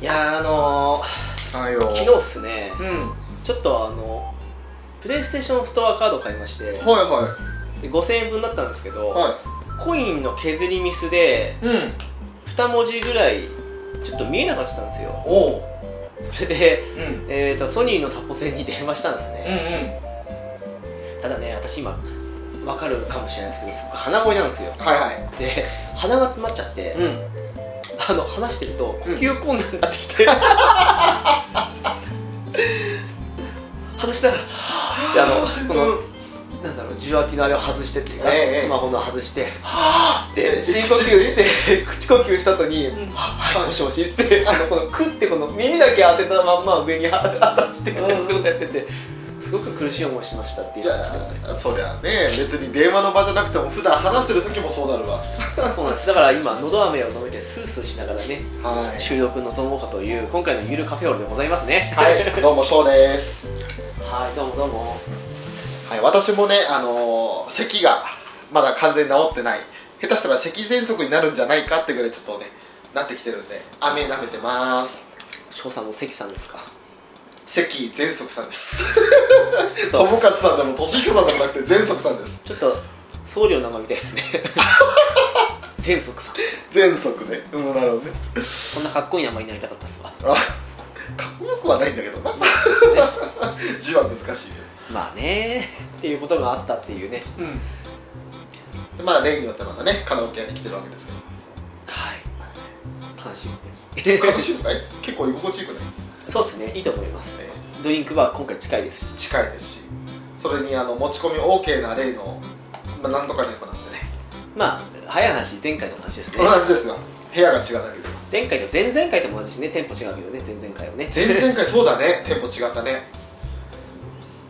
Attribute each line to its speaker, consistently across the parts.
Speaker 1: いやーあの
Speaker 2: はいよ
Speaker 1: ー、昨日っすね
Speaker 2: うんは
Speaker 1: ちょっとあのプレイステーションストアカード買いまして
Speaker 2: いは
Speaker 1: で5000円分だったんですけど、
Speaker 2: いは
Speaker 1: コインの削りミスで
Speaker 2: いうん
Speaker 1: 2文字ぐらいちょっと見えなかったんですよ
Speaker 2: おう
Speaker 1: それで、
Speaker 2: うんうん
Speaker 1: えー、とソニーのサポセンに電話したんです
Speaker 2: う
Speaker 1: ね、
Speaker 2: ん
Speaker 1: ただね私今わかるかもしれないですけどすごく鼻声なんですよ
Speaker 2: はいはい
Speaker 1: で鼻が詰まっちゃって、
Speaker 2: うん
Speaker 1: あの話してると呼吸困難になってきて、外したらであ のこの、なんだろう受話器のあれを外してっていうか、
Speaker 2: ええ
Speaker 1: スマホの外してで深呼吸して口呼吸した後に
Speaker 2: ん
Speaker 1: 「はいもしもし」っつってあのこのクッてこの耳だけ当てたまんま上に当たってそう
Speaker 2: うん
Speaker 1: いうことやっててすごく苦しい思いしましたって
Speaker 2: い
Speaker 1: いう
Speaker 2: や
Speaker 1: 話でございます
Speaker 2: そりゃね別に電話の場じゃなくても普段話してる時もそうなるわ
Speaker 1: そうなんですだから今のど飴を飲めてスースーしながらね
Speaker 2: はい
Speaker 1: 収録臨もうかという今回のゆるカフェオールでございますね
Speaker 2: はいどうもそうです
Speaker 1: はいどうもどうも
Speaker 2: はい私もねあのー咳がまだ完全に治ってない下手したら咳喘息になるんじゃないかってぐらいちょっとねなってきてるんで雨舐めてます
Speaker 1: 翔さんも関さんですか
Speaker 2: 咳喘息さんです 友和さんでも俊彦さんでもなくて喘息さんです
Speaker 1: ちょっと僧侶の名前みたいですね全息さん
Speaker 2: 喘息ねうんなるほどね
Speaker 1: そんなかっこいい名前になりたかったっすわ
Speaker 2: あかっこよくはないんだけどな
Speaker 1: ですね
Speaker 2: 字は難しいよ
Speaker 1: まあねっていうことがあったっていうね
Speaker 2: うんでまあ例によってまたねカラオケ屋に来てるわけですけど
Speaker 1: はい悲しいことに
Speaker 2: 楽しいのかい結構居心地よくない
Speaker 1: そうですねいいと思いますドリンクバー今回近いですし
Speaker 2: 近いですしそれにあの持ち込み OK な例の、まあ、なんとか猫なんでね
Speaker 1: まあ早い話前回と同じです
Speaker 2: 同
Speaker 1: ね
Speaker 2: じですよ部屋が違うだけですよ
Speaker 1: 前回と前々回とも同じしね店舗違うけどね前々回はね
Speaker 2: 前々回そうだね店舗違ったね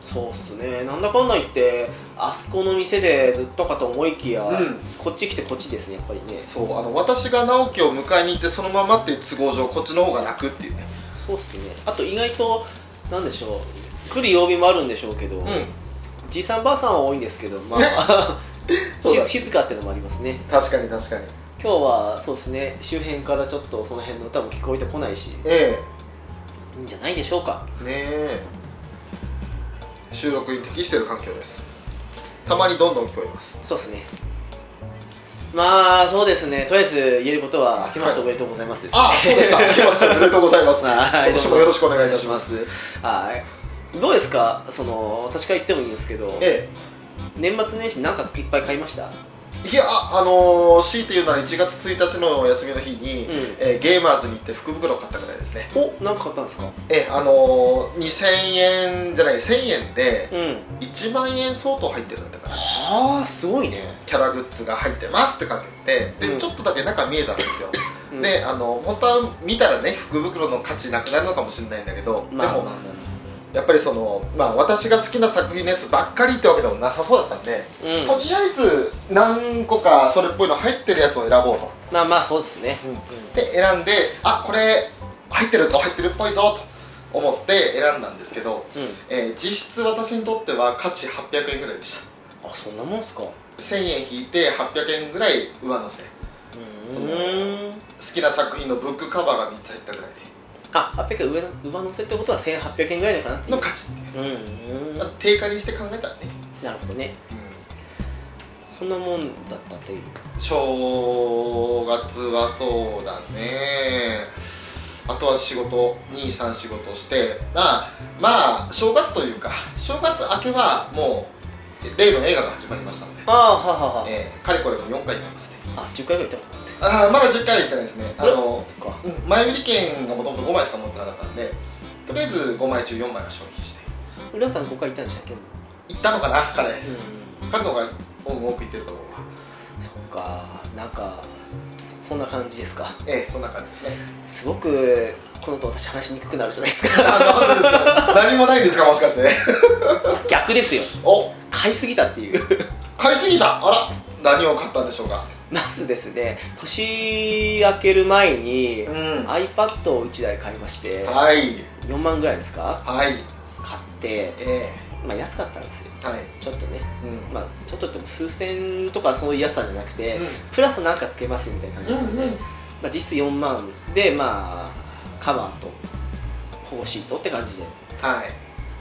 Speaker 1: そうっすねなんだかんだ言ってあそこの店でずっとかと思いきや、
Speaker 2: うん
Speaker 1: こっち来てこっちですねやっぱりね
Speaker 2: そうあの私が直樹を迎えに行ってそのままっていう都合上こっちの方が楽っていうね
Speaker 1: そうっすねあと意外となんでしょう来る曜日もあるんでしょうけど、
Speaker 2: うん
Speaker 1: じいさんばあさんは多いんですけどまあ
Speaker 2: そうだ
Speaker 1: し静かってのもありますね
Speaker 2: 確かに確かに
Speaker 1: 今日はそうですね周辺からちょっとその辺の歌も聞こえてこないし
Speaker 2: え
Speaker 1: いいんじゃないでしょうか
Speaker 2: えねえ収録に適してる環境ですたまにどんどん聞こえます
Speaker 1: そうっすねまあそうですねとりあえず言えることは明けましておめでとうございますですね、
Speaker 2: あそうでした 来ましたおめでとうございま す
Speaker 1: はい
Speaker 2: 今年もよろしくお願いいたします
Speaker 1: す。はい。どうですか、その私から言ってもいいんですけど、
Speaker 2: え
Speaker 1: 年末年始なんかいっぱい買いました。
Speaker 2: えいやあのー、強いて言うなら1月1日のお休みの日に、
Speaker 1: うん
Speaker 2: えーゲーマーズに行って福袋を買ったぐらいですね
Speaker 1: お、なんか買ったんですか。
Speaker 2: ええあのー、2000円じゃない1000円で
Speaker 1: うん。
Speaker 2: 1万円相当入ってるんだったかな
Speaker 1: はあ、すごいね。
Speaker 2: キャラグッズが入ってますって感じでで、
Speaker 1: うん
Speaker 2: ちょっとだけ中見えたんですよ、
Speaker 1: うん
Speaker 2: であの本当は見たらね福袋の価値なくなるのかもしれないんだけど、
Speaker 1: まあ
Speaker 2: で
Speaker 1: まあ
Speaker 2: も
Speaker 1: まあ
Speaker 2: やっぱりその、まあ、私が好きな作品のやつばっかりってわけでもなさそうだったんで、
Speaker 1: うん
Speaker 2: とりあえず何個かそれっぽいの入ってるやつを選ぼうと、
Speaker 1: まあまあ、そうですね。
Speaker 2: で選んであこれ入ってるぞ入ってるっぽいぞと思って選んだんですけど、
Speaker 1: うん。
Speaker 2: えー実質私にとっては価値800円ぐらいでした
Speaker 1: あ、そんなもんすか。
Speaker 2: 1000円引いて800円ぐらい上乗せ好
Speaker 1: う
Speaker 2: そ
Speaker 1: ーん。
Speaker 2: きな作品のブックカバーが3つ入ったぐらいで
Speaker 1: あ、八百円上の上乗せってことは千八百円ぐらいのかなっていう
Speaker 2: の。価値ってい
Speaker 1: う
Speaker 2: う
Speaker 1: んうん。
Speaker 2: まあ定価にして考えたらね、
Speaker 1: なるほどね。そんなもんだったっていう。
Speaker 2: 正月はそうだねあとは仕事23仕事してまあまあ正月というか正月明けはもう例の映画が始まりましたので、
Speaker 1: ああ、はあはあは
Speaker 2: えー、かれこれも4回になりますね
Speaker 1: あ。あ、十回ぐらい行ったことあって。
Speaker 2: ああまだ10回は行ってないですねあの
Speaker 1: そっか。
Speaker 2: うん前売り券がもともと5枚しか持ってなかったんでとりあえず5枚中4枚は消費して
Speaker 1: 浦さん五回行ったんでしたっけ。う
Speaker 2: 行ったのかな彼
Speaker 1: ん。
Speaker 2: 彼の方が多く行ってると思うわ
Speaker 1: そっかなんかそそんな感じですか
Speaker 2: ええそんな感じですね
Speaker 1: すごくこのと私話しにくくなるじゃないです か
Speaker 2: あなんでですか何もないんですかもしかして
Speaker 1: 逆ですよ
Speaker 2: お
Speaker 1: 買いすぎたっていう
Speaker 2: 買いすぎたあら何を買ったんでしょうか
Speaker 1: まずですね年明ける前に
Speaker 2: んは
Speaker 1: iPad を1台買いまして
Speaker 2: い
Speaker 1: 4万ぐらいですか
Speaker 2: はい
Speaker 1: 買って
Speaker 2: え
Speaker 1: まあ安かったんですよ
Speaker 2: えはい
Speaker 1: ちょっとね
Speaker 2: うん
Speaker 1: まあちょっとっても数千とかそういう安さじゃなくて、プラスなんかつけますみたいな感じ
Speaker 2: う
Speaker 1: なん
Speaker 2: ん
Speaker 1: で、
Speaker 2: うん
Speaker 1: まあ、実質4万でまあカバーと保護シートって感じで
Speaker 2: はい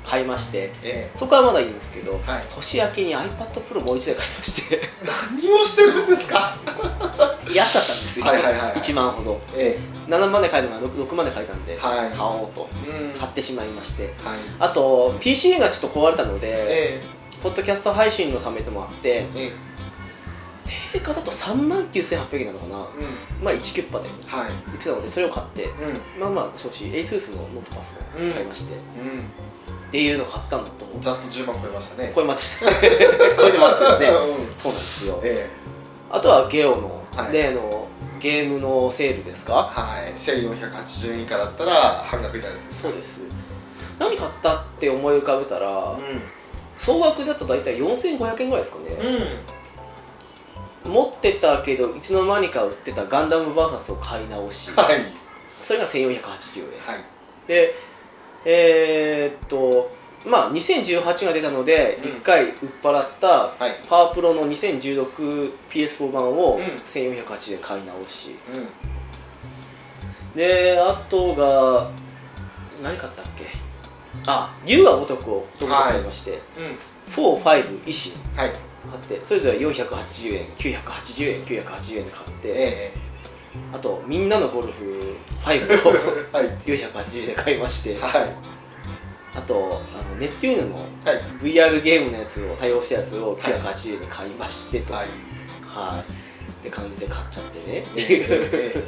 Speaker 1: 買いまして
Speaker 2: え
Speaker 1: そこはまだいいんですけど
Speaker 2: えはい
Speaker 1: 年明けに iPad Pro もう一台買いまして
Speaker 2: 何をしてるんですか
Speaker 1: 安かったんですよ、
Speaker 2: はいはいはい
Speaker 1: 1万ほど
Speaker 2: え
Speaker 1: 7万で買えるのが 6, 6万で買えたんで、
Speaker 2: えはい
Speaker 1: 買おうと
Speaker 2: うん
Speaker 1: 買ってしまいまして
Speaker 2: はい
Speaker 1: あと PC がちょっと壊れたので、
Speaker 2: え
Speaker 1: ポッドキャスト配信のためともあって
Speaker 2: えええ
Speaker 1: 定価だと3万9800円なのかな
Speaker 2: うん
Speaker 1: まあ1キュッパで
Speaker 2: はい
Speaker 1: 売ってたのでそれを買って
Speaker 2: うん
Speaker 1: まあまあ少子 ASUS のノートパソコンを買いまして、
Speaker 2: う
Speaker 1: っていうのを買ったのと
Speaker 2: んざっと10万超えましたね
Speaker 1: 超えました 超えてますよね
Speaker 2: うん
Speaker 1: そうなんですよ
Speaker 2: ええ
Speaker 1: あとはゲオの、
Speaker 2: はい
Speaker 1: 例のゲームのセールですか
Speaker 2: はい1480円以下だったら半額になるんです
Speaker 1: そうです何買ったって思い浮かべたら
Speaker 2: う
Speaker 1: 総額だと大体4500円ぐらいですか
Speaker 2: ん
Speaker 1: ね、
Speaker 2: うん
Speaker 1: 持ってたけどいつの間にか売ってたガンダム VS を買い直し
Speaker 2: はい
Speaker 1: それが1480円
Speaker 2: はい
Speaker 1: でえーっとまあ2018が出たので
Speaker 2: うん
Speaker 1: 1回売っ払った
Speaker 2: はい
Speaker 1: パワープロの 2016PS4 版を
Speaker 2: うん
Speaker 1: 1480円買い直し
Speaker 2: うん
Speaker 1: であとが何買ったっけあ竜は男を男に買いまして、
Speaker 2: うん
Speaker 1: 45維新
Speaker 2: はい
Speaker 1: 買ってそれぞれ480円980円980円で買って、
Speaker 2: え
Speaker 1: あとみんなのゴルフ5を
Speaker 2: えはい
Speaker 1: 480円で買いまして
Speaker 2: はい
Speaker 1: あとあのネプテューヌの
Speaker 2: はい
Speaker 1: VR ゲームのやつを対応したやつを980円で買いましてと
Speaker 2: はい
Speaker 1: はいって感じで買っちゃってねって
Speaker 2: え
Speaker 1: いう
Speaker 2: ええ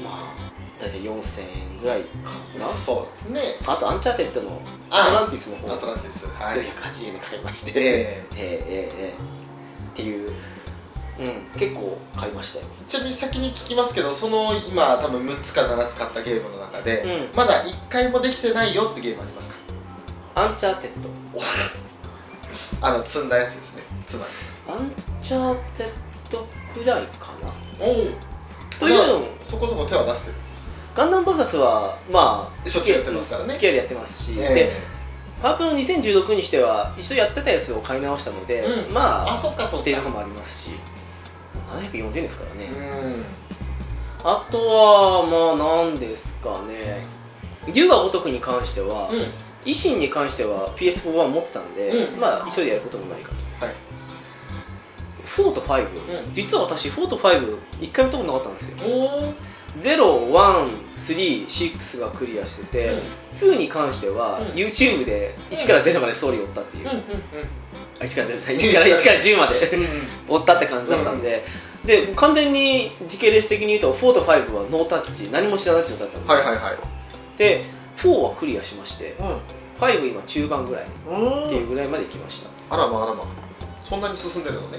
Speaker 1: まあ大体4000円ぐらいか
Speaker 2: えそうですね
Speaker 1: なあとアンチャーテッドの
Speaker 2: あ
Speaker 1: アトランティスの方
Speaker 2: アトランティスはい
Speaker 1: 480円で買いましてええ
Speaker 2: え
Speaker 1: ええええっていううん結構買いましたよ
Speaker 2: えちなみに先に聞きますけどその今多分6つか7つ買ったゲームの中で、
Speaker 1: うん
Speaker 2: まだ1回もできてないよってゲームありますか
Speaker 1: アンチャーテッド
Speaker 2: あの積んだやつですねつまり
Speaker 1: アンチャーテッドくらいかな
Speaker 2: おお
Speaker 1: というのも
Speaker 2: そこそこ手は出してる
Speaker 1: ガンダム VS はまあ
Speaker 2: しょっちゅうやってますからね
Speaker 1: 付き合いでやってますし、で
Speaker 2: え
Speaker 1: パープの2016にしては一緒やってたやつを買い直したので、
Speaker 2: うん
Speaker 1: まあ
Speaker 2: あそっかそっか
Speaker 1: っていうのもありますし740円ですからね、
Speaker 2: うん
Speaker 1: あとはまあ何ですかね龍が如くに関しては、
Speaker 2: うん
Speaker 1: 維新に関しては PS4 は持ってたんで、
Speaker 2: うん
Speaker 1: まあ急いでやることもないかと、
Speaker 2: はい
Speaker 1: 4と5、
Speaker 2: うん
Speaker 1: 実は私4と5一回もとこなかったんですよ
Speaker 2: おー
Speaker 1: 013がクリアしてて、2に関しては、
Speaker 2: うん
Speaker 1: YouTube で1から0までストーリーを追ったっていう、
Speaker 2: うんうん
Speaker 1: あ1から0じゃない1から1から10ま
Speaker 2: う
Speaker 1: で
Speaker 2: んうん
Speaker 1: 追ったって感じだったんで、で完全に時系列的に言うと4と5はノータッチ何も知らない状態だったんで,、
Speaker 2: はいはいはい
Speaker 1: で4はクリアしまして
Speaker 2: う
Speaker 1: 5今中盤ぐらいっ
Speaker 2: ん
Speaker 1: ていうぐらいまで行きました
Speaker 2: あらまあらまそんなに進んでるのね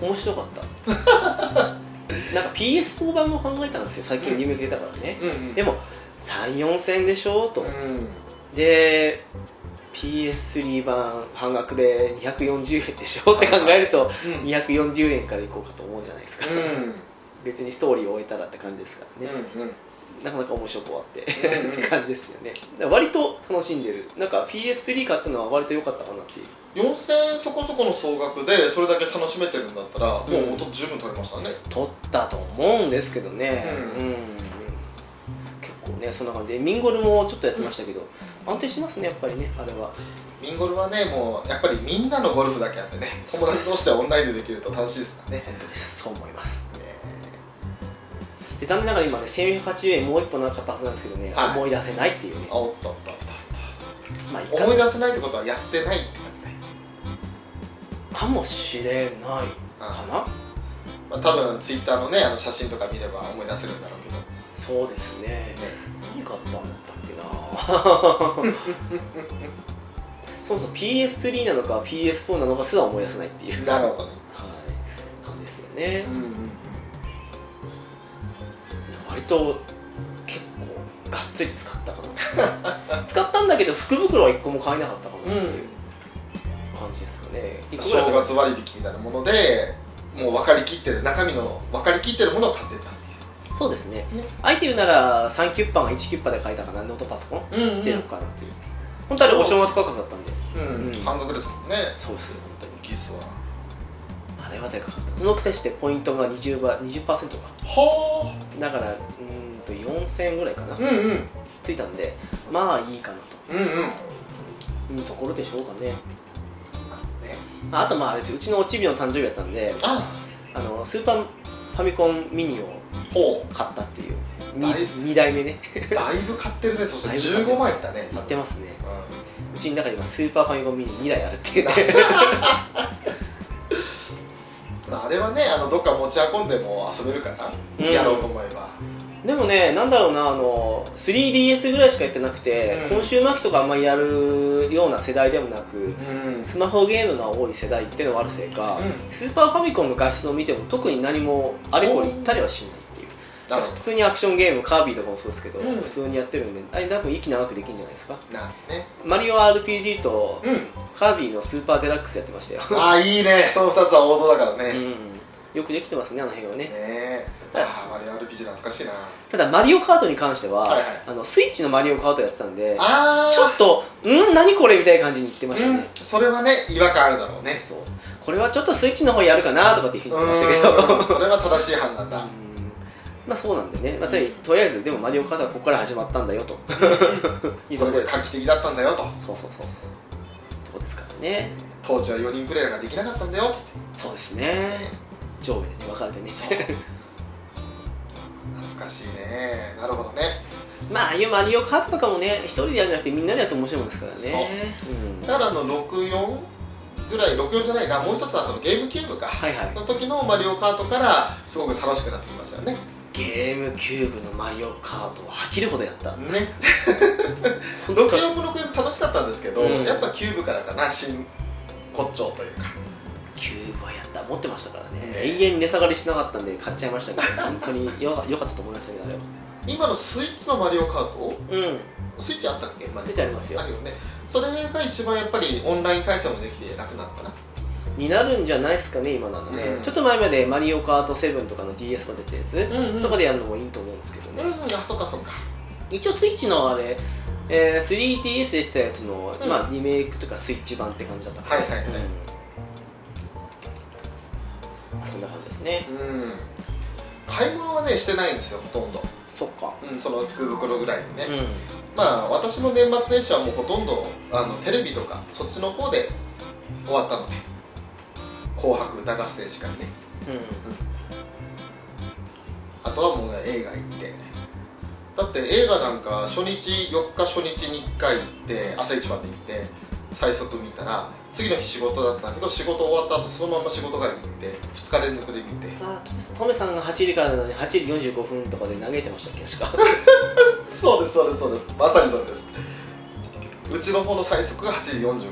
Speaker 1: 面白かった なんか PS4 版も考えたんですよ最近リメイク出たからね、
Speaker 2: うんうん
Speaker 1: でも34000でしょと、
Speaker 2: うん
Speaker 1: で PS3 版半額で240円でしょって考えると
Speaker 2: うん
Speaker 1: 240円からいこうかと思うじゃないですか、別にストーリーを終えたらって感じですからね、
Speaker 2: うんうん
Speaker 1: なかなか面白く終わって
Speaker 2: うんうん
Speaker 1: って感じですよねだから割と楽しんでるなんか PS3 買ったのは割と良かったかなっていう
Speaker 2: 4000円そこそこの総額でそれだけ楽しめてるんだったらもう元十分取れましたね
Speaker 1: 取ったと思うんですけどね
Speaker 2: う
Speaker 1: うんん、結構ねそんな感じでミンゴルもちょっとやってましたけど、安定してますねやっぱりねあれは
Speaker 2: ミンゴルはねもうやっぱりみんなのゴルフだけあってね友達同士でオンラインでできると楽しいですからね
Speaker 1: 本当ですそう思いますで残念ながら今ね1480円もう一本なかったはずなんですけどね、
Speaker 2: はい
Speaker 1: 思い出せないっていうね
Speaker 2: あおっとおっとおっ
Speaker 1: まあい
Speaker 2: とおっと
Speaker 1: か
Speaker 2: 思い出せないってことはやってないって感じね
Speaker 1: かもしれないかな
Speaker 2: まあ、多分ツイッターのねあの写真とか見れば思い出せるんだろうけど
Speaker 1: そうですね何買ったんだったっ けなそもそも PS3 なのか PS4 なのかすら思い出せないっていう
Speaker 2: なるほどね
Speaker 1: はい感じですよね
Speaker 2: うんうん
Speaker 1: 割と結構がっつり使ったかな 使ったんだけど福袋は1個も買えなかったかなっていう感じですかね、いくら
Speaker 2: 正月割引みたいなものでもう分かりきってる中身の分かりきってるものを買ってったっ
Speaker 1: そうですね
Speaker 2: ね
Speaker 1: アイテムなら3キュッパが1キュッパで買えたかなノートパソコン
Speaker 2: ていううん
Speaker 1: 出るのかなっていう、本当はあれお正月価格だったんで
Speaker 2: うん、
Speaker 1: うん
Speaker 2: 半額ですもんね
Speaker 1: そうですよ本当に
Speaker 2: ギスは
Speaker 1: あれはでかかったそのくせしてポイントが20倍20%か
Speaker 2: は
Speaker 1: だからうんと4000円ぐらいかな、
Speaker 2: うんうんうん
Speaker 1: ついたんでまあいいかなと
Speaker 2: うん
Speaker 1: いうところでしょうかね
Speaker 2: あのね
Speaker 1: ああとまああれですようちのおちびの誕生日だったんで
Speaker 2: あ
Speaker 1: あのスーパーファミコンミニを
Speaker 2: ほ
Speaker 1: 買ったっていう
Speaker 2: だい
Speaker 1: 2, 代目ね
Speaker 2: うだいぶ買ってるねそして
Speaker 1: だいぶ買ってる
Speaker 2: 15万いったね
Speaker 1: 言ってますね
Speaker 2: 多分うん
Speaker 1: うちの中に今スーパーファミコンミニ2台あるってい うね
Speaker 2: まあ、あれはねあのどっか持ち運んでも遊べるから、
Speaker 1: うん
Speaker 2: やろうと思えば
Speaker 1: でもねなんだろうなあの 3DS ぐらいしかやってなくて、
Speaker 2: う
Speaker 1: コ
Speaker 2: ん
Speaker 1: ンシューマー機とかあんまりやるような世代でもなく、
Speaker 2: うん
Speaker 1: スマホゲームが多い世代っていうのはあるせいか、
Speaker 2: うん
Speaker 1: スーパーファミコンの画質を見ても特に何もあれこれ言ったりはしないっていう
Speaker 2: なるほ
Speaker 1: 普通にアクションゲームカービィとかもそうですけど、
Speaker 2: うん
Speaker 1: 普通にやってるんであれ多分息長くできるんじゃないですか
Speaker 2: どなるね
Speaker 1: マリオ RPG と
Speaker 2: うん
Speaker 1: カービィのスーパーデラックスやってましたよ、
Speaker 2: ああいいねその2つは王道だから
Speaker 1: う
Speaker 2: ね、ね
Speaker 1: ん、よくできてますねあの辺はね
Speaker 2: えああマリオ RPG 懐かしいな
Speaker 1: ただマリオカートに関しては、
Speaker 2: はいはい
Speaker 1: あのスイッチのマリオカートやってたんで
Speaker 2: ああ
Speaker 1: ちょっとうん何これみたいな感じに言ってました
Speaker 2: う
Speaker 1: ね、
Speaker 2: んそれはね違和感あるだろうね
Speaker 1: そうこれはちょっとスイッチの方やるかなとかっていうふう
Speaker 2: う
Speaker 1: に言ってましたけど
Speaker 2: んそれは正しい判断だ
Speaker 1: うんまあそうなんでね、まあ、とりとりあえずでもマリオカートはここから始まったんだよといいと
Speaker 2: こ
Speaker 1: ころ
Speaker 2: れで
Speaker 1: です
Speaker 2: 画期的だったんだよ
Speaker 1: そ
Speaker 2: と
Speaker 1: うそうそうそうとこですからね
Speaker 2: 当時は4人プレイヤーができなかったんだよっつって
Speaker 1: そうですね上下でね分かれてね
Speaker 2: そう懐かしいねなるほどね
Speaker 1: まあああいうマリオカートとかもね一人でやるんじゃなくてみんなでやって面白いもんですからね
Speaker 2: そ
Speaker 1: う
Speaker 2: う
Speaker 1: ん、
Speaker 2: だからあの64ぐらい64じゃないなもう一つはそのゲームキューブか
Speaker 1: はいはい
Speaker 2: の時のマリオカートからすごく楽しくなってきましたよね
Speaker 1: ゲームキューブのマリオカートを飽きるほどやった
Speaker 2: ね
Speaker 1: 本当
Speaker 2: 64も64も楽しかったんですけど、
Speaker 1: うん
Speaker 2: やっぱキューブからかな新骨頂というか
Speaker 1: キューブはやった持ってましたからね
Speaker 2: ええ
Speaker 1: 永遠に値下がりしなかったんで買っちゃいましたけ ど本当によよかったと思いましたねあれは
Speaker 2: 今のスイッチのマリオカート
Speaker 1: うん
Speaker 2: スイッチあったっけマリオカート
Speaker 1: スイッチありますよ
Speaker 2: あるよねそれが一番やっぱりオンライン対戦もできて楽なのかな
Speaker 1: になるんじゃないですかね今ならね、
Speaker 2: うん
Speaker 1: ちょっと前まで「マリオカート7」とかの DS が出てやつ、
Speaker 2: うん
Speaker 1: とかでやるのもいいと思うんですけど
Speaker 2: う
Speaker 1: ね、
Speaker 2: んあそっかそっか
Speaker 1: 一応スイッチのあれ、えー 3DS でしたやつの、
Speaker 2: うん
Speaker 1: まあ、リメイクとかスイッチ版って感じだったから、
Speaker 2: はいはいはい
Speaker 1: うんそんな感じですね
Speaker 2: うん買い物はねしてないんですよほとんど、
Speaker 1: そっか
Speaker 2: うん、その福袋ぐらいでね、
Speaker 1: うん
Speaker 2: まあ私の年末年始はもうほとんどあのテレビとかそっちの方で終わったので「紅白歌合戦」しかりね
Speaker 1: うん
Speaker 2: あとはもう映画行ってだって映画なんか初日4日初日に1回行って朝一番で行って最速見たら次の日仕事だったんだけど仕事終わった後そのまま仕事帰りに行って2日連続で見て
Speaker 1: あトメトメさんが8時からなのに8時45分とかで投げてましたっけ確か
Speaker 2: そうですそうですそうですまさにそうですうちの方の最速が8時45分です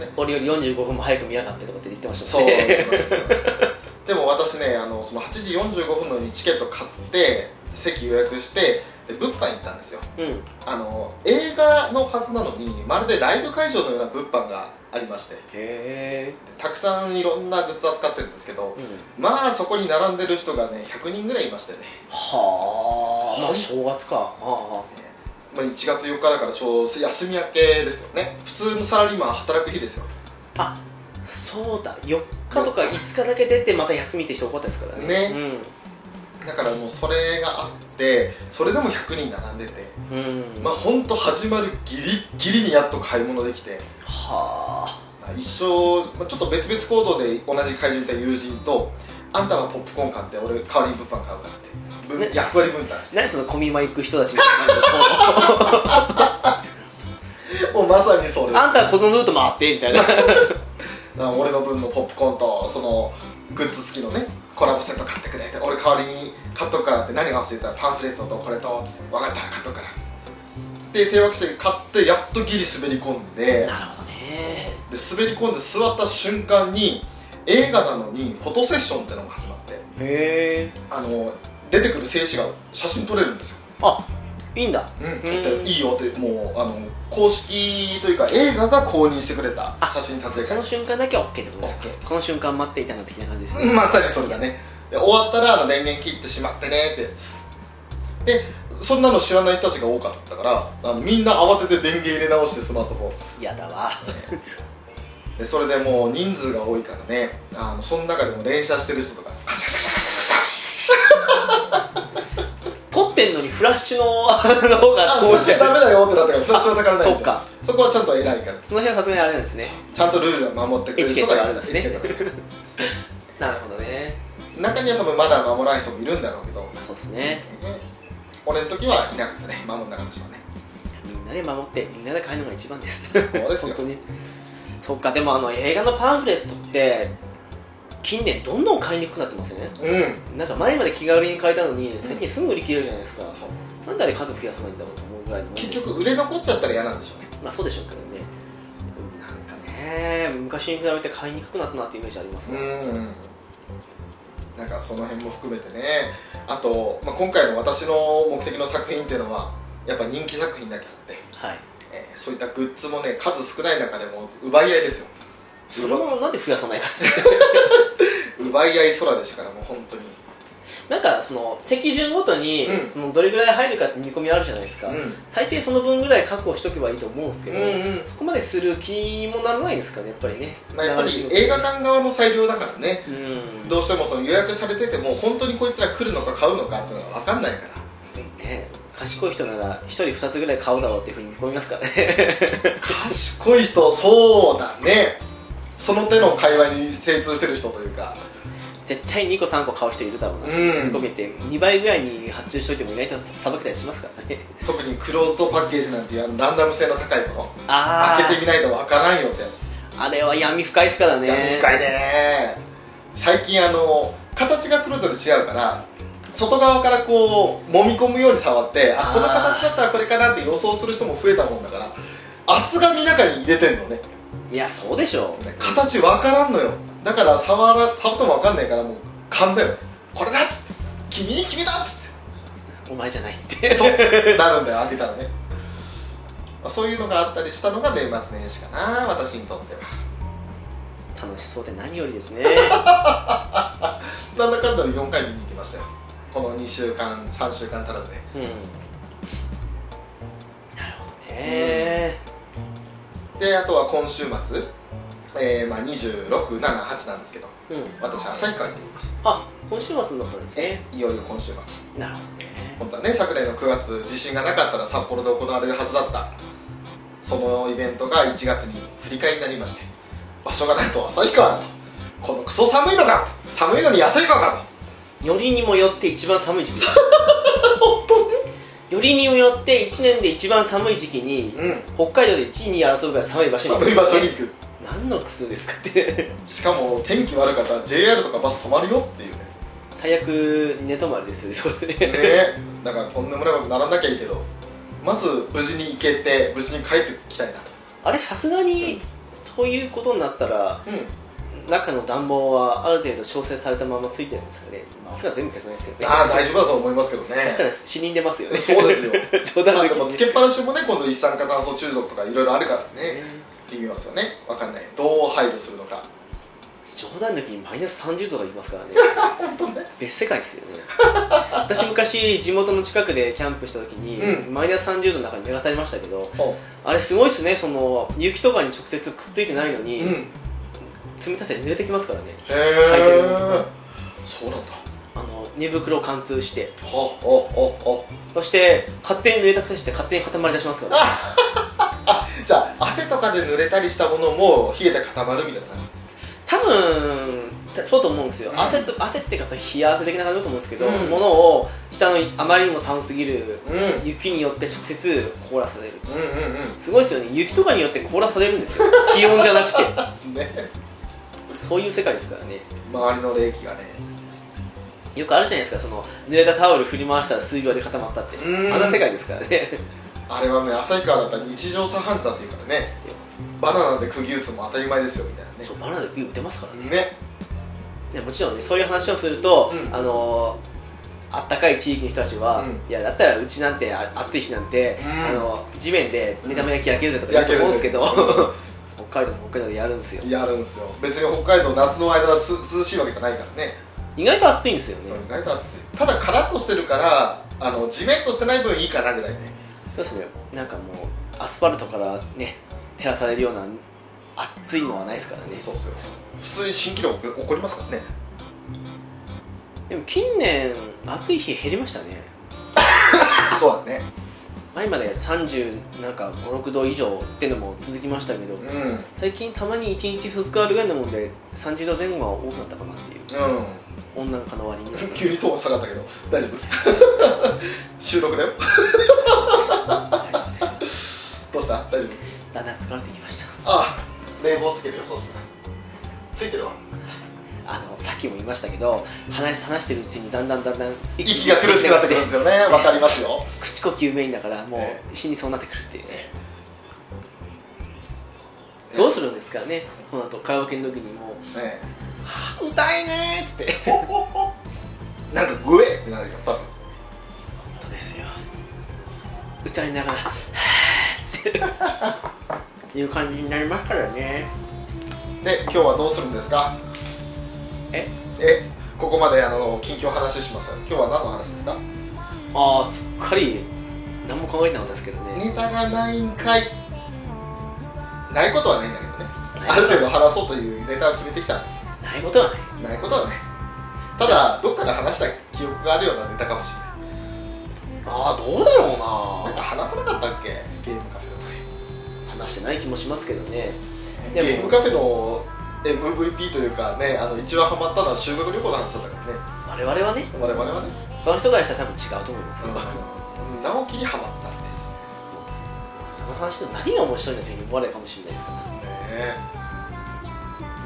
Speaker 2: ね
Speaker 1: 俺より45分も早く見やがってとかって言ってました
Speaker 2: そう
Speaker 1: もん
Speaker 2: 言っ
Speaker 1: ね
Speaker 2: てました言ってました でも私ねあのその8時45分のにチケット買って席予約してで物販行ったんですよ
Speaker 1: うん
Speaker 2: あの映画のはずなのにまるでライブ会場のような物販がありましてで
Speaker 1: へえ、
Speaker 2: たくさんいろんなグッズ扱ってるんですけど
Speaker 1: うん
Speaker 2: まあそこに並んでる人がね100人ぐらいいましてね
Speaker 1: はあまあ正月かあ
Speaker 2: まあ1月4日だからちょうど休み明けですよね普通のサラリーマン働く日ですよ
Speaker 1: あそうだ4日とか5日だけ出てまた休みって人多かったですからね
Speaker 2: ねだからもうそれがあってそれでも100人並んでて
Speaker 1: うん、うん
Speaker 2: まあ本当始まるギリギリにやっと買い物できて
Speaker 1: はあ
Speaker 2: まあ一生まあちょっと別々行動で同じ会場にいた友人とあんたはポップコーン買って俺代わりに物販買うからって分
Speaker 1: ね
Speaker 2: 役割分担して
Speaker 1: 何そのコミマ行く人たちみたいな感じの
Speaker 2: も うまさ にそれ
Speaker 1: あんたはこのルート回ってみ たいな
Speaker 2: な俺の分のポップコーンとそのグッズ付きのねコラボセット買ってくれって俺代わりに買っとくからって何が欲しいって言ったらパンフレットとこれとつって分かった買っとくからつってで手分けして買ってやっとギリ滑り込んで
Speaker 1: なるほどね
Speaker 2: で滑り込んで座った瞬間に映画なのにフォトセッションってのが始まって
Speaker 1: へえ
Speaker 2: あの出てくる静止画写真撮れるんですよ、
Speaker 1: あいいんだ
Speaker 2: うん、
Speaker 1: うん
Speaker 2: 撮っていいよってもうあの公式というか映画が公認してくれた
Speaker 1: あ
Speaker 2: 写真撮影
Speaker 1: その
Speaker 2: 会
Speaker 1: 瞬間だけは OK ってことですか
Speaker 2: OK
Speaker 1: この瞬間待っていたな的な感じです
Speaker 2: うん
Speaker 1: ね、
Speaker 2: まさにそれだねで終わったらあの電源切ってしまってねってやつでそんなの知らない人たちが多かったからあのみんな慌てて電源入れ直してスマートフォン
Speaker 1: やだわ
Speaker 2: でそれでもう人数が多いからねあのその中でも連写してる人とかカシャカシャカシャカシャカシャ
Speaker 1: 撮っってんのにフラッシュのあの方が
Speaker 2: あ
Speaker 1: こ
Speaker 2: フ
Speaker 1: う
Speaker 2: ラッ
Speaker 1: しち
Speaker 2: シ
Speaker 1: ゃ
Speaker 2: ュダ
Speaker 1: う
Speaker 2: メだよってなったからフラッシュは宝ないん
Speaker 1: そ
Speaker 2: で
Speaker 1: っ
Speaker 2: すよ
Speaker 1: か
Speaker 2: そこはちゃんと偉いから
Speaker 1: その辺はさすがにあれなんですね
Speaker 2: ちゃんとルールは守ってくれる人がいるんだ
Speaker 1: エチケット
Speaker 2: エチケット
Speaker 1: なるほどね
Speaker 2: が中には多分マナー守らない人もいるんだろうけど、ね
Speaker 1: まあそうですね
Speaker 2: 俺の時はいなかったね守んなかった人はね
Speaker 1: みんなで守ってみんなで買えるのが一番です
Speaker 2: そうです
Speaker 1: 本
Speaker 2: よ
Speaker 1: 当にそっかでもあの映画のパンフレットって近年どんどん買いにくくなってますよね
Speaker 2: うん
Speaker 1: なんか前まで気軽に買えたのに最近すぐ売り切れるじゃないですか、
Speaker 2: そう
Speaker 1: なんであれ数増やさないんだろうと思うぐらいのもんで
Speaker 2: 結局売れ残っちゃったら嫌なんでしょうね
Speaker 1: まあそうでしょうけどねなんかね昔に比べて買いにくくなったなってイメージありますね、
Speaker 2: うんだからその辺も含めてねあと、まあ、今回の私の目的の作品っていうのはやっぱ人気作品だけあって、
Speaker 1: はい
Speaker 2: えーそういったグッズもね数少ない中でも奪い合いですよ
Speaker 1: それもなんで増やさないか
Speaker 2: 奪い合い空でしたからもう本当に
Speaker 1: なんかその席順ごとに
Speaker 2: うん
Speaker 1: そのどれぐらい入るかって見込みあるじゃないですか、最低その分ぐらい確保しとけばいいと思うんですけど、
Speaker 2: うんうん
Speaker 1: そこまでする気にもならないんですかねやっぱりね、
Speaker 2: まあ、やっぱり
Speaker 1: 流れてくる
Speaker 2: 映画館側の裁量だからね
Speaker 1: うん
Speaker 2: どうしてもその予約されてても本当にこいつら来るのか買うのかっていうのが分かんないから
Speaker 1: ね賢い人なら1人2つぐらい買うだろうっていうふうに見込みますから ね
Speaker 2: 賢い人そうだねその手の会話に精通してる人というか
Speaker 1: 絶対2個3個買う人いるだろうな、
Speaker 2: うん
Speaker 1: 込めて2倍ぐらいに発注しといてもいないとさばけたりしますからね
Speaker 2: 特にクローズドパッケージなんていうあのランダム性の高いもの
Speaker 1: あ
Speaker 2: 開けてみないと分からんよってやつ
Speaker 1: ああれは闇深いですからね
Speaker 2: 闇深いね最近あの形がそれぞれ違うから外側からこう揉み込むように触ってあ
Speaker 1: あー
Speaker 2: この形だったらこれかなって予想する人も増えたもんだから厚紙の中に入れてんのね
Speaker 1: いやそうでしょう
Speaker 2: 形分からんのよだから触ら触っても分かんないからもう勘だよこれだっつって君に君だっつっ
Speaker 1: お前じゃないっつ って
Speaker 2: てそうなるんだよ開けたらねまあそういうのがあったりしたのが年末年始かな私にとっては
Speaker 1: 楽しそうで何よりですね
Speaker 2: なんだかんだで4回見に行きましたよこの2週間3週間足らずで
Speaker 1: うんなるほどね
Speaker 2: であとは今週末、えーまあ、2678なんですけど
Speaker 1: うん、
Speaker 2: 私旭川行ってきます
Speaker 1: あ今週末になったんですね
Speaker 2: いよいよ今週末
Speaker 1: なるほどね
Speaker 2: 本当はね昨年の9月地震がなかったら札幌で行われるはずだったそのイベントが1月に振り替えになりまして場所がなんと旭川だとこのクソ寒いのかと寒いのに旭川か
Speaker 1: よりにもよって一番寒い時期
Speaker 2: 本
Speaker 1: よりにもよって1年で一番寒い時期に
Speaker 2: とうん
Speaker 1: 北海道で1位に争うぐらい寒い場所に
Speaker 2: 寒い場所に行く
Speaker 1: 何の苦痛ですかって
Speaker 2: しかも天気悪かったら JR とかバス止まるよっていうね
Speaker 1: 最悪寝泊まりですよそうでね
Speaker 2: ねだからとんでもないことにならなきゃいいけどまず無事に行けて無事に帰ってきたいなと
Speaker 1: あれさすがにそういうことになったら
Speaker 2: うん
Speaker 1: 中の暖房はある程度調整されたままついてるんですよねさすが全部消さないですけどね
Speaker 2: ああ大丈夫だと思いますけどね
Speaker 1: そしたら死人出ますよね
Speaker 2: そうですよ
Speaker 1: 冗
Speaker 2: まあ
Speaker 1: 談
Speaker 2: で
Speaker 1: 抜き
Speaker 2: も
Speaker 1: に
Speaker 2: つけっぱ なしもね今度一酸化炭素中毒とかいろいろあるからね微妙ですよねわかんないどう配慮するのか
Speaker 1: 冗談抜きにマイナス30度がいきます からね
Speaker 2: 本当ね
Speaker 1: 別世界ですよね私昔地元の近くでキャンプした時に、
Speaker 2: う
Speaker 1: マイナス30度の中に流されましたけど
Speaker 2: おう
Speaker 1: あれすごいですねその雪とかに直接くっついてないのに、
Speaker 2: うんへ
Speaker 1: 冷たさで濡れてきますからね
Speaker 2: えそうなんだ
Speaker 1: あの寝袋貫通して
Speaker 2: おおおお
Speaker 1: そして勝手に濡れたくせして勝手に固まり出しますから
Speaker 2: じゃあ汗とかで濡れたりしたものも冷えて固まるみたいな感じ
Speaker 1: 多分たそうと思うんですよ、
Speaker 2: うん
Speaker 1: 汗と汗っていうかその冷や汗的な感じだと思うんですけど、
Speaker 2: うん
Speaker 1: 物を下のあまりにも寒すぎる
Speaker 2: うんうん
Speaker 1: 雪によって直接凍らされる
Speaker 2: うん
Speaker 1: すごいですよね雪とかによって凍らされるん ですよ気温じゃなくて
Speaker 2: うんね
Speaker 1: そういう世界ですからね
Speaker 2: 周りの冷気がね
Speaker 1: よくあるじゃないですかその濡れたタオル振り回したら水量で固まったって
Speaker 2: うん
Speaker 1: あんな世界ですからね で
Speaker 2: あれはね旭川だったら日常茶飯事だっていうからね
Speaker 1: すよ
Speaker 2: バナナで釘打つのも当たり前ですよみたい
Speaker 1: そうバナナで冬打てますからね
Speaker 2: なねね
Speaker 1: でもちろんねそういう話をすると、
Speaker 2: うん
Speaker 1: あのーあったかい地域の人たちは、
Speaker 2: うん
Speaker 1: いやだったらうちなんてあ暑い日なんて、
Speaker 2: うん
Speaker 1: あの地面で目玉焼き焼けるぜとか言うと思うんですけど、
Speaker 2: 焼ける
Speaker 1: 北海道も北海道でやるんですよ
Speaker 2: やるんですよ別に北海道夏の間はす涼しいわけじゃないからね
Speaker 1: 意外と暑いんですよね
Speaker 2: そう意外と暑いただカラッとしてるからあのジメッとしてない分いいかなぐらいね
Speaker 1: そうですねなんかもうアスファルトからね照らされるような暑いのはないですからね
Speaker 2: そうっすよ普通に新記録起こりますからね
Speaker 1: でも近年暑い日減りましたね
Speaker 2: そうだね
Speaker 1: 前まで30なんか56度以上ってのも続きましたけど
Speaker 2: うんうん
Speaker 1: 最近たまに1日2日あるぐらいのもんで30度前後が多くなったかなっていう温暖化の割に
Speaker 2: 急にトーン下がったけど大 丈夫収録だよ
Speaker 1: 大丈夫です
Speaker 2: どうした大丈夫
Speaker 1: だんだん疲れてきました
Speaker 2: ああ冷房つけるよそうしたらついてるわ
Speaker 1: あのさっきも言いましたけど話話してるうちにだんだんだんだん
Speaker 2: 息が苦しくなってくるんですよねわかりますよ
Speaker 1: 口呼吸メインだからも
Speaker 2: え
Speaker 1: う死にそうになってくるっていうねどうするんですかねこの後カラオケの時にもう
Speaker 2: ね
Speaker 1: 「はあ歌いね」っつって
Speaker 2: なんかグエってなるよ多分
Speaker 1: 本当ですよ歌いながら「はぁっていう感じになりますからね
Speaker 2: で今日はどうするんですか
Speaker 1: え
Speaker 2: えここまであの近況話しました今日は何の話ですか
Speaker 1: ああすっかり何も考えてなかったですけどね
Speaker 2: ネタがないんかいないことはないんだけどねある程度話そうというネタを決めてきた
Speaker 1: ないことはない
Speaker 2: ないことはないただどっかで話した記憶があるようなネタかもしれない
Speaker 1: ああどうだろう
Speaker 2: なんか
Speaker 1: な
Speaker 2: 話さなかったっけゲームカフェとか
Speaker 1: 話してない気もしますけどね
Speaker 2: ゲ
Speaker 1: でも
Speaker 2: ームカフェの MVP というかねあの一番ハマったのは修学旅行の話だったからね
Speaker 1: 我々はね
Speaker 2: 我々はね
Speaker 1: 他の人からしたら多分違うと思いますよ
Speaker 2: うん直樹にハマったんです
Speaker 1: この話の何が面白いんだというふうに思われるかもしれないですから
Speaker 2: ね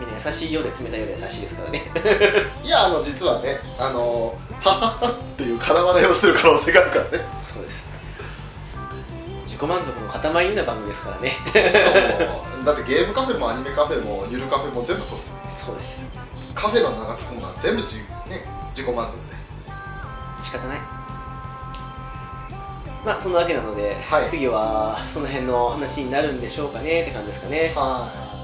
Speaker 1: みんな優しいようで冷たいようで優しいですからね
Speaker 2: えいやあの実はねあのはははっていう空笑いをしてる可能性があるからね
Speaker 1: そうです自己満足の塊な番組ですからね
Speaker 2: もうだってゲームカフェもアニメカフェもゆるカフェも全部そうですよ
Speaker 1: そうですよ
Speaker 2: カフェの名がつくものは全部自,、ね、自己満足で
Speaker 1: 仕方ないまあそんなわけなので、
Speaker 2: はい
Speaker 1: 次はその辺の話になるんでしょうかねって感じですかね
Speaker 2: は